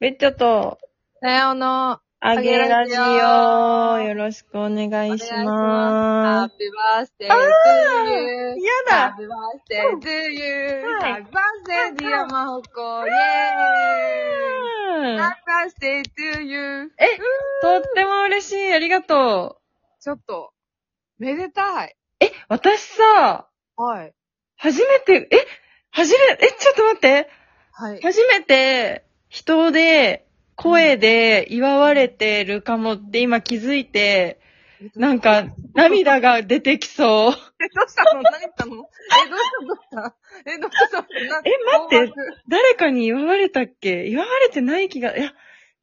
ベッチョと、さようなあげラジオ、あよげろしくお願ら。いしまハす。ッピーバースデーあ to ー you! やハッだピーバースデー to you! はいハッピーバースデーディアマホコイェーイハッピーバースデー to you! え、とっても嬉しい、ありがとちょっと、めでたい。う。え、私さ、はい。初めて、え、初め、え、ちょっと待って、はい。初めて、人で、声で祝われてるかもって今気づいて、なんか涙が出てきそう。え、どうしたの何言ったのえ、どうしたどうしたえ、どうしたなえ待って困惑誰かに祝われたっけ祝われてない気が、いや、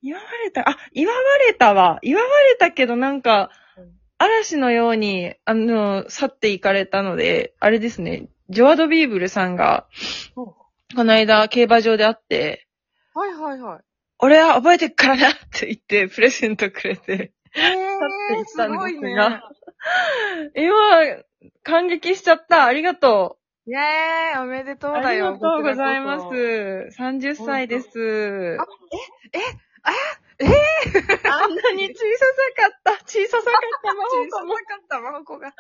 祝われた、あ、祝われたわ。祝われたけどなんかうん、嵐のように、あの、去っていかれたので、あれですね、ジョアド・ビーブルさんが、うんこの間競馬場で会って、はいはいはい。俺は覚えてっからなって言って、プレゼントくれて、え去っていー、っすたんですがごいね。今、感激しちゃった。ありがとイェーイおめでとうう。だありよ。がとうございまこちらこそす。30歳です。あ あんなに小ささかった。小ささかった。魔小法さかも。かった、マホコが。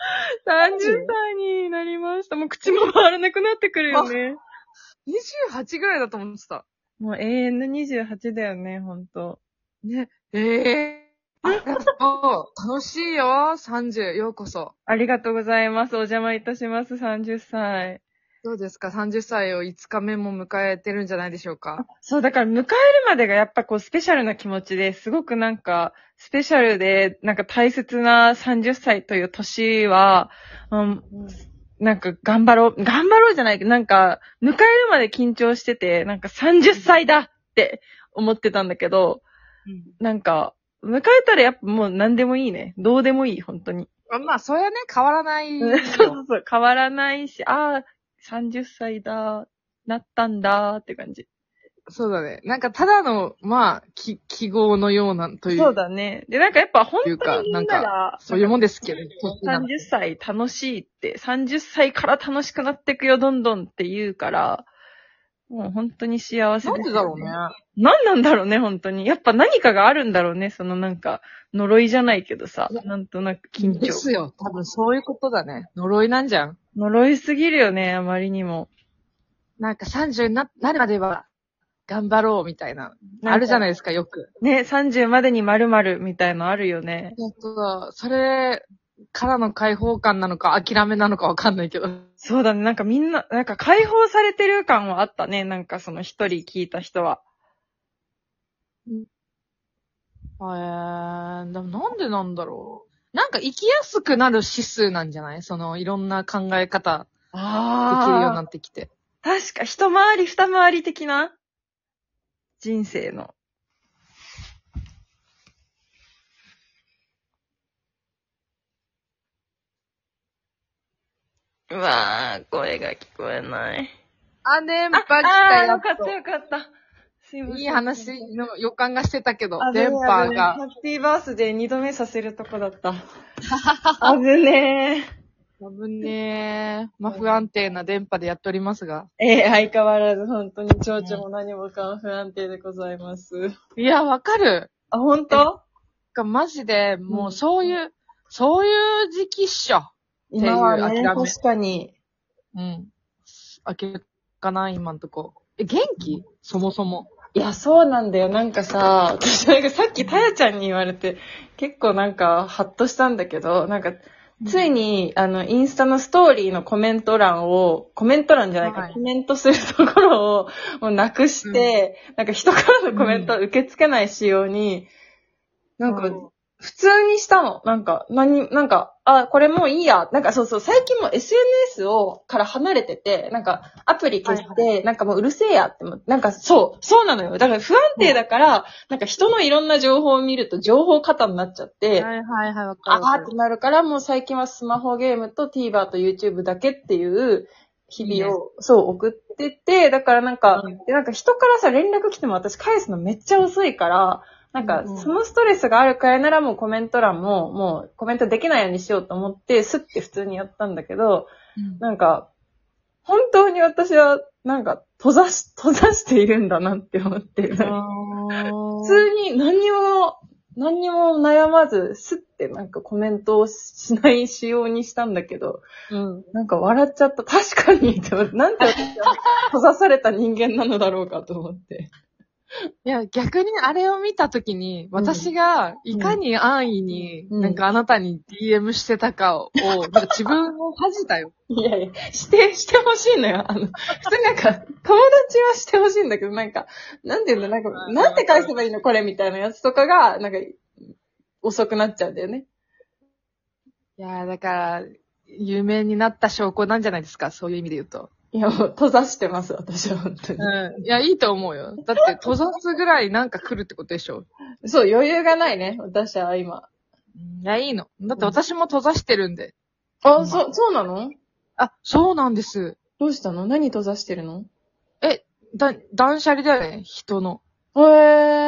30歳になりました。もう口も回らなくなってくるよね。 28ぐらいだと思ってた。もう永遠の28だよね、ほんと。ね。ええー。楽しいよ、30。ようこそ。ありがとうございます。お邪魔いたします、30歳。どうですか ?30 歳を5日目も迎えてるんじゃないでしょうか。そう、だから迎えるまでがやっぱこうスペシャルな気持ちですごくなんか、スペシャルで、なんか大切な30歳という年は、うん、なんか頑張ろう、頑張ろうじゃないけど、なんか、迎えるまで緊張してて、なんか30歳だって思ってたんだけど、なんか、迎えたらやっぱもう何でもいいね。どうでもいい、本当に。あまあ、それはね、変わらないそよ。う そうそう、変わらないし、ああ、30歳だ、なったんだ、って感じ。そうだね。なんか、ただの、まあ、き記号のような、という、そうだね。で、なんかやっぱ本いうか当にみんなが、そういうもんですけど、年なんて30歳楽しいって、30歳から楽しくなってくよ、どんどんって言うから、もう本当に幸せなんでだろうね。何なんだろうね、本当に。やっぱ何かがあるんだろうね、そのなんか、呪いじゃないけどさいや、なんとなく緊で張。すよ。多分、そういうことだね。呪いなんじゃん。呪いすぎるよね、あまりにも。なんか、30にななるまでは、頑張ろう、みたいな。あるじゃないいですか、よく。ね、30までに〇〇みたいのあるよね。えっと、それからの解放感なのか、諦めなのかわかんないけど。そうだね、なんかみんな、なんか解放されてる感はあったね、なんかその一人聞いた人は。えー、でもなんでなんだろう。なんか生きやすくなる指数なんじゃないその、いろんな考え方できるようになああ。ってきて。確か、一回り二回り的な人生の。うわぁ、声が聞こえない。あ、電波来あたーやよっかったと。よかった。すいません。いい話の予感がしてたけどあ、電波がハ。ッピーバースデー二度目させるとこだ った。あぶねぶねまあ不安定な電波でやっておりますが。え。ええ相変わらず本当に情緒も何もかも不安定でございます。いや、わかる。あ、本当がマジで、もうんうそういう、そういう時期っしょ。今はね、諦め確かに。うん。開けるかな、今んとこ。え、元気そもそも。いや、そうなんだよ。なんかさ、私なんかさっきたやちゃんに言われて、結構なんか、ハッとしたんだけど、なんか、ついに、あの、インスタのストーリーのコメント欄を、コメント欄じゃないか、はいコメントするところを、もうなくして、なんか人からのコメントを受け付けない仕様に、なんか、うん普通にしたの。なんか、何、なんか、あ、これもういいや。なんかそうそう、最近もう SNS を、から離れてて、なんか、アプリ消して、なんかもううるせえやっても、なんかそう、そうなのよ。だから不安定だから、なんか人のいろんな情報を見ると情報過多になっちゃって、はいはいはい、わかあるーわかっる。てなるから、もう最近はスマホゲームと TVer と YouTube だけっていう日々を、そう、送ってて、だからなんか、うんで、なんか人からさ、連絡来ても私返すのめっちゃ遅いから、なんかう、んうんそのストレスがあるくらいならもうコメント欄も、もうコメントできないようにしようと思って、スッて普通にやったんだけど、うんなんか、本当に私は、なんか、閉ざし、閉ざしているんだなって思ってる。普普通に何にも、何にも悩まず、スッてなんかコメントをしない仕様にしたんだけど、通、うん。なんか笑っちゃった。確かにって思って、なんて私は閉ざされた人間なのだろうかと思って。いや、逆にあれを見たときに、私がいかに安易に、うんなんかあなたに DM してたかを、なんか自分を恥じたよ。いやいや、して、してほしいのよ。あの、普通になんか、友達はしてほしいんだけど、なんか、なんていうんだ、なんか、なんて返せばいいのこれみたいなやつとかが、なんか、遅くなっちゃうんだよね。いや、だから、有名になった証拠なんじゃないですか、そういう意味で言うと。いや、もう閉ざしてます、私は本当に。うん。いや、いいと思うよ。だって、閉ざすぐらいなんか来るってことでしょ。そう、余裕がないね、私は今。いや、いいの。だって私も閉ざしてるんで。あ、そう、そうなのあ、そうなんです。どうしたの何閉ざしてるのだ、断捨離だよね、人の。へえ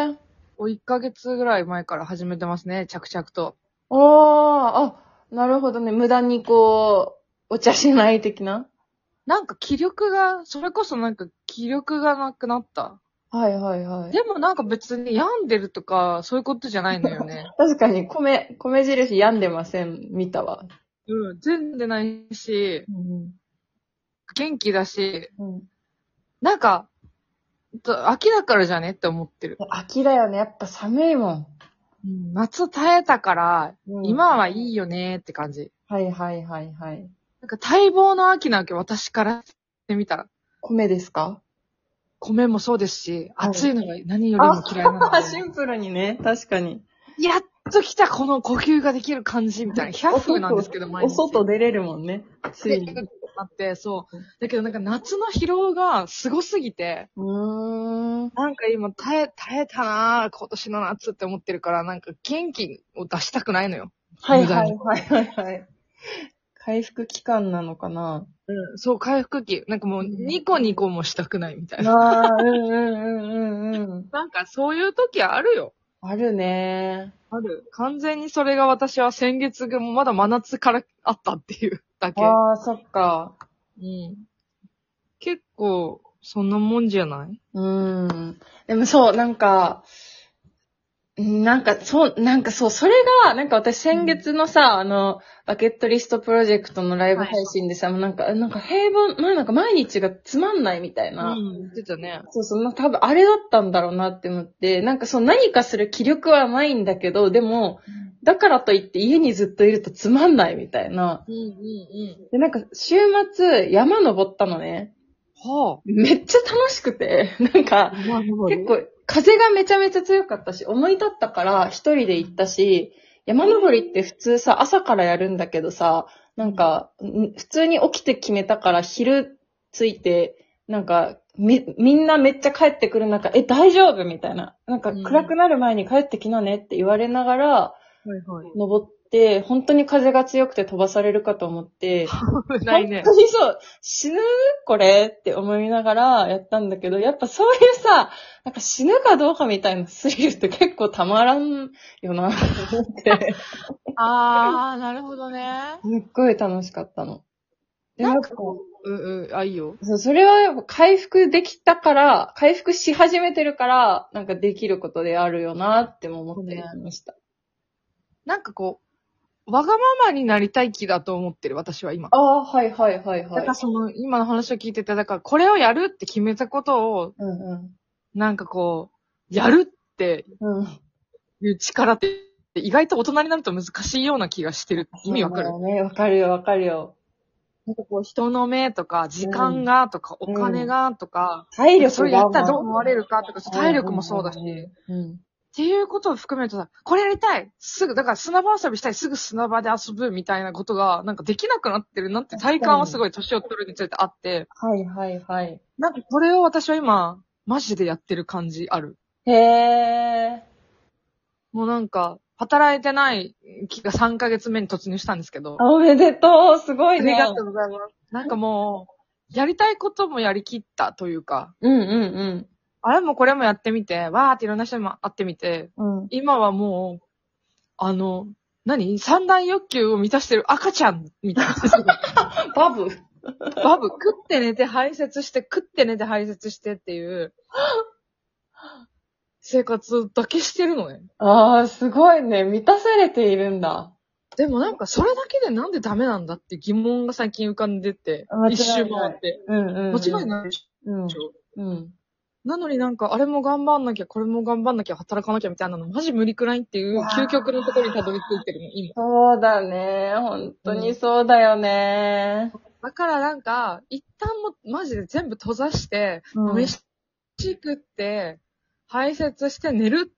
ー。 1ヶ月ぐらい前から始めてますね、着々と。あー、あ、なるほどね。無駄にこう、お茶しない的な。なんか気力が、それこそなんか気力がなくなった。はいはいは。でもなんか別に病んでるとか、そういうことじゃないのよね。確かに、米、米印病んでません、見たわ。うん、全然ないし、うん。元気だし、うん。なんか、と秋だからじゃねって思ってる。秋だよね。やっぱ寒いも夏耐えたから、ん。今はいいよねって感じ。はいはいはいはい。なんか待望の秋なわけ、私からしてみたら。米ですか米もそうですし、はい暑いのが何よりも嫌いなので。シンプルにね、確かに。やっと来たこの呼吸ができる感じみたいな。100風なんですけど、毎お日。外出れるもんね。ついで、に。なって、そう。だけどなんか夏の疲労がすごすぎて、うーん。なんか今耐え、耐えたなぁ、今年の夏って思ってるから、なんか元気を出したくないのよ。はいはいはいはいはい。回復期間なのかなうん。そう、回復期。なんかもうニコニコもしたくないみたいな。ああ、うんうんうんうんうん。なんかそういう時あるよ。あるね。ある。完全にそれが私は先月がまだ真夏からあったっていうだけ。ああ、そっか。うん。結構、そんなもんじゃないうーん。でもそう、なんか、なんか、そう、なんかそう、それが、なんか私先月のさ、あの、バケットリストプロジェクトのライブ配信でさ、もうなんか、なんか平凡、まあなんか毎日がつまんないみたいな。ん。言ってたね。そうそう、なんか多分あれだったんだろうなって思って、なんかそう何かする気力はないんだけど、でも、だからといって家にずっといるとつまんないみたいな。うんうんうん。で、なんか週末山登ったのね。はめっちゃ楽しくて、 なんか、あ。なるほ結構、風がめちゃめちゃ強かったし、思い立ったから一人で行ったし、山登りって普通さ、朝からやるんだけどさ、なんか、ん普通に起きて決めたから昼着いて、なんか、み、みんなめっちゃ帰ってくる中、え、大丈夫みたいな。なんか、うん暗くなる前に帰ってきなねって言われながら、はい登って、本当に風が強くて飛ばされるかと思って、はい。 ないね。本当にそう、死ぬこれって思いながらやったんだけど、やっぱそういうさ、なんか死ぬかどうかみたいなスリルって結構たまらんよ なって思って、あー、なるほどね。すっごい楽しかったの。で、なんか、うんうん、あ、いいよ。そうそれはやっぱ回復できたから、回復し始めてるから、なんかできることであるよなっても思ってました。なんかこう、わがままになりたい気だと思ってる、私は今。ああ、はいはいはいだはかいら。その、今の話を聞いてて、だからこれをやるって決めたことを、うんうなんかこう、やるってん。うん。いう力って、意外と大人になると難しいような気がしてる。意味わかるそうだよね、わかるよわかるよ。なんかこう人の目とか、時間がとか、うんお金がとか、体力が。それやったらどう思われるかとか、体力もそうだし、うんうんっうんうん。ていうことを含めるとさ、これやりたいすぐ、だから砂場遊びしたいすぐ砂場で遊ぶみたいなことが、なんかできなくなってるなって体感はすごい年を取るにつれてあって、はいはいはい。なんかこれを私は今、マジでやってる感じある。へえ。もうなんか、働いてない期が3ヶ月目に突入したんですけど、おめでとうすごあいね。りがとうございます。なんかもう、やりたいこともやりきったというか、うんうんあれもこれもやってみて、わーっていろんな人にも会ってみて、うん。うん。今はもう、あ の、何三大欲求を満たしてる赤ちゃんみたいな。バブ。バブ、食って寝て排泄して、食って寝て排泄してっていう、生活だけしてるのね。ああ、すごいね。満たされているんだ。でもなんかそれだけでなんでダメなんだって疑問が最近浮かんでて間違いな、い一周回って。うんうん、うん。間違いないでしうん。ょ。うん。なのになんか、あれも頑張んなきゃ、これも頑張んなきゃ、働かなきゃみたいなの、マジ無理くらいっていうわ、ー究極のところにたどり着いてるの、今。そうだね。本当にそうだよね。だからなんか、一旦もうマジで全部閉ざして、うん飯食って、排泄して寝る。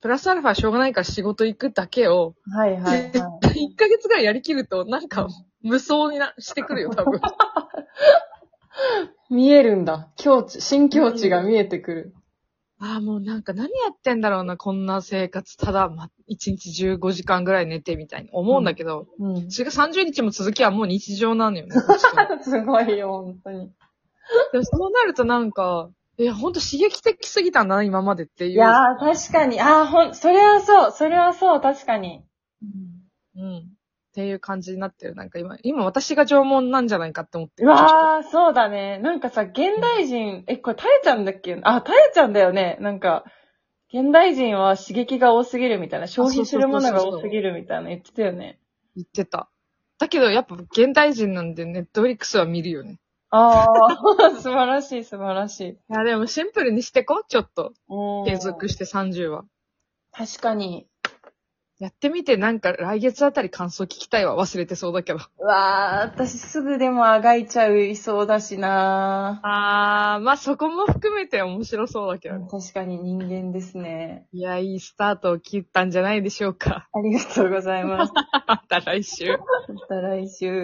プラスアルファしょうがないから仕事行くだけを、はいはい絶は対1ヶ月ぐらいやりきると、なんか、無双にな、してくるよ、多分。い。見えるんだ。境地、新境地が見えてくる。 ああ、もうなんか何やってんだろうな、こんな生活。ただ、ま、1日15時間ぐらい寝てみたいに思うんだけど、うん。それが30日も続きはもう日常なのよね。どっちと もすごいよ、本当に。でもそうなるとなんか、いや、ほんと刺激的すぎたんだな、今までっていう。いやー、確かに。あー、ほん、それはそう、それはそう、確かに。うん。っていう感じになってる。なんか今、今私が縄文なんじゃないかって思ってうる。わー、そうだね。なんかさ、現代人、え、これ、タエちゃんだっけあ、タエちゃんだよね。なんか、現代人は刺激が多すぎるみたいな、消費するものが多すぎるみたいな言ってたよね。言ってた。だけどやっぱ現代人なんでネットフリックスは見るよね。あー、素晴らしい、素晴らしい。いやでもシンプルにしてこう、ちょっと。継続しして30は。確かに。やってみてなんか来月あたり感想聞きたいわ。忘れてそうだけど。うわー、私すぐでもあがいちゃういそうだしなあー、まあそこも含めて面白そうだけどね。確かに人間ですね。いや、いいスタートを切ったんじゃないでしょうか。ありがとうございます。また来週。また来週。